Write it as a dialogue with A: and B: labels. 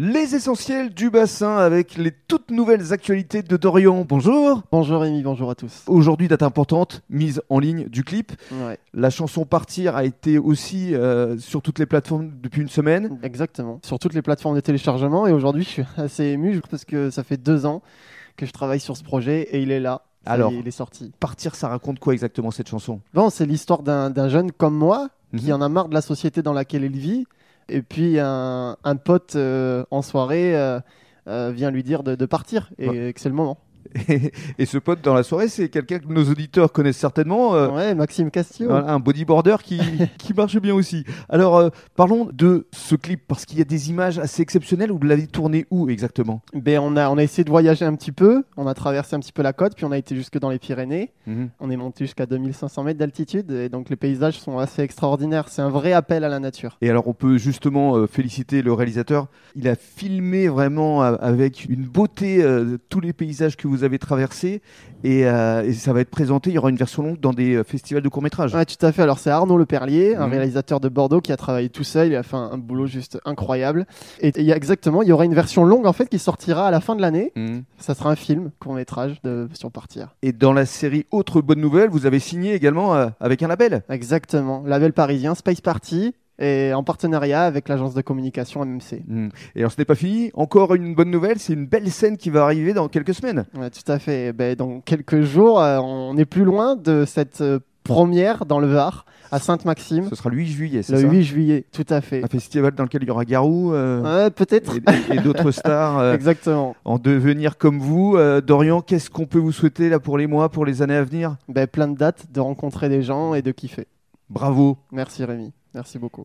A: Les essentiels du bassin avec les toutes nouvelles actualités de Dorian. Bonjour.
B: Bonjour Rémi, bonjour à tous.
A: Aujourd'hui, date importante, mise en ligne du clip.
B: Ouais,
A: La chanson Partir a été aussi euh, sur toutes les plateformes depuis une semaine.
B: exactement. Sur toutes les plateformes de téléchargement et aujourd'hui je suis assez ému parce que ça fait deux ans que je travaille sur ce projet et il est là. Ça y est,
A: Alors.
B: il est sorti.
A: Partir, ça raconte quoi exactement cette chanson
B: Bon, c'est l'histoire d'un d'un jeune comme moi qui
A: Mhm.
B: en a marre de la société dans laquelle il vit et puis un, un pote euh, en soirée euh, euh, vient lui dire de, de partir et
A: Ouais.
B: que c'est le moment.
A: Et ce pote dans la soirée, c'est quelqu'un que nos auditeurs connaissent certainement. euh,
B: Ouais, Maxime Castio.
A: Voilà, un bodyboarder qui, qui marche bien aussi. Alors, euh, parlons de ce clip, parce qu'il y a des images assez exceptionnelles. Vous l'avez tourné où exactement
B: Ben, on, a, on a essayé de voyager un petit peu, on a traversé un petit peu la côte, puis on a été jusque dans les Pyrénées. On est monté jusqu'à 2500 mètres d'altitude et donc les paysages sont assez extraordinaires. C'est un vrai appel à la nature.
A: Et alors, on peut justement euh, féliciter le réalisateur. Il a filmé vraiment a- avec une beauté euh, tous les paysages que vous avez traversés. Et, euh, et ça va être présenté. Il y aura une version longue dans des euh, festivals de court-métrage.
B: Ouais, tout à fait. Alors, c'est Arnaud Le Perlier, un
A: Mhm.
B: réalisateur de Bordeaux qui a travaillé tout seul. Il a fait un, un boulot juste incroyable. Et et il y a exactement, il y aura une version longue en fait qui sortira à la fin de l'année. Ça sera un film, court-métrage de, sur Partir.
A: Et dans la série Autre bonne nouvelle, vous avez signé également euh, avec un label.
B: Exactement. Label parisien, Space Party. Et en partenariat avec l'agence de communication MMC.
A: Et alors, ce n'est pas fini. Encore une bonne nouvelle, c'est une belle scène qui va arriver dans quelques semaines.
B: Ouais, tout à fait. Ben, dans quelques jours, euh, on est plus loin de cette euh, première dans le Var, à Sainte-Maxime.
A: Ce sera le 8 juillet, c'est
B: Le
A: ça
B: 8 juillet, tout à fait.
A: Un festival dans lequel il y aura Garou euh,
B: Ouais, peut-être.
A: et, et d'autres stars euh,
B: Exactement.
A: en devenir comme vous. Euh, Dorian, qu'est-ce qu'on peut vous souhaiter là pour les mois, pour les années à venir
B: Ben, plein de dates, de rencontrer des gens et de kiffer.
A: Bravo
B: Merci Rémi. Merci beaucoup.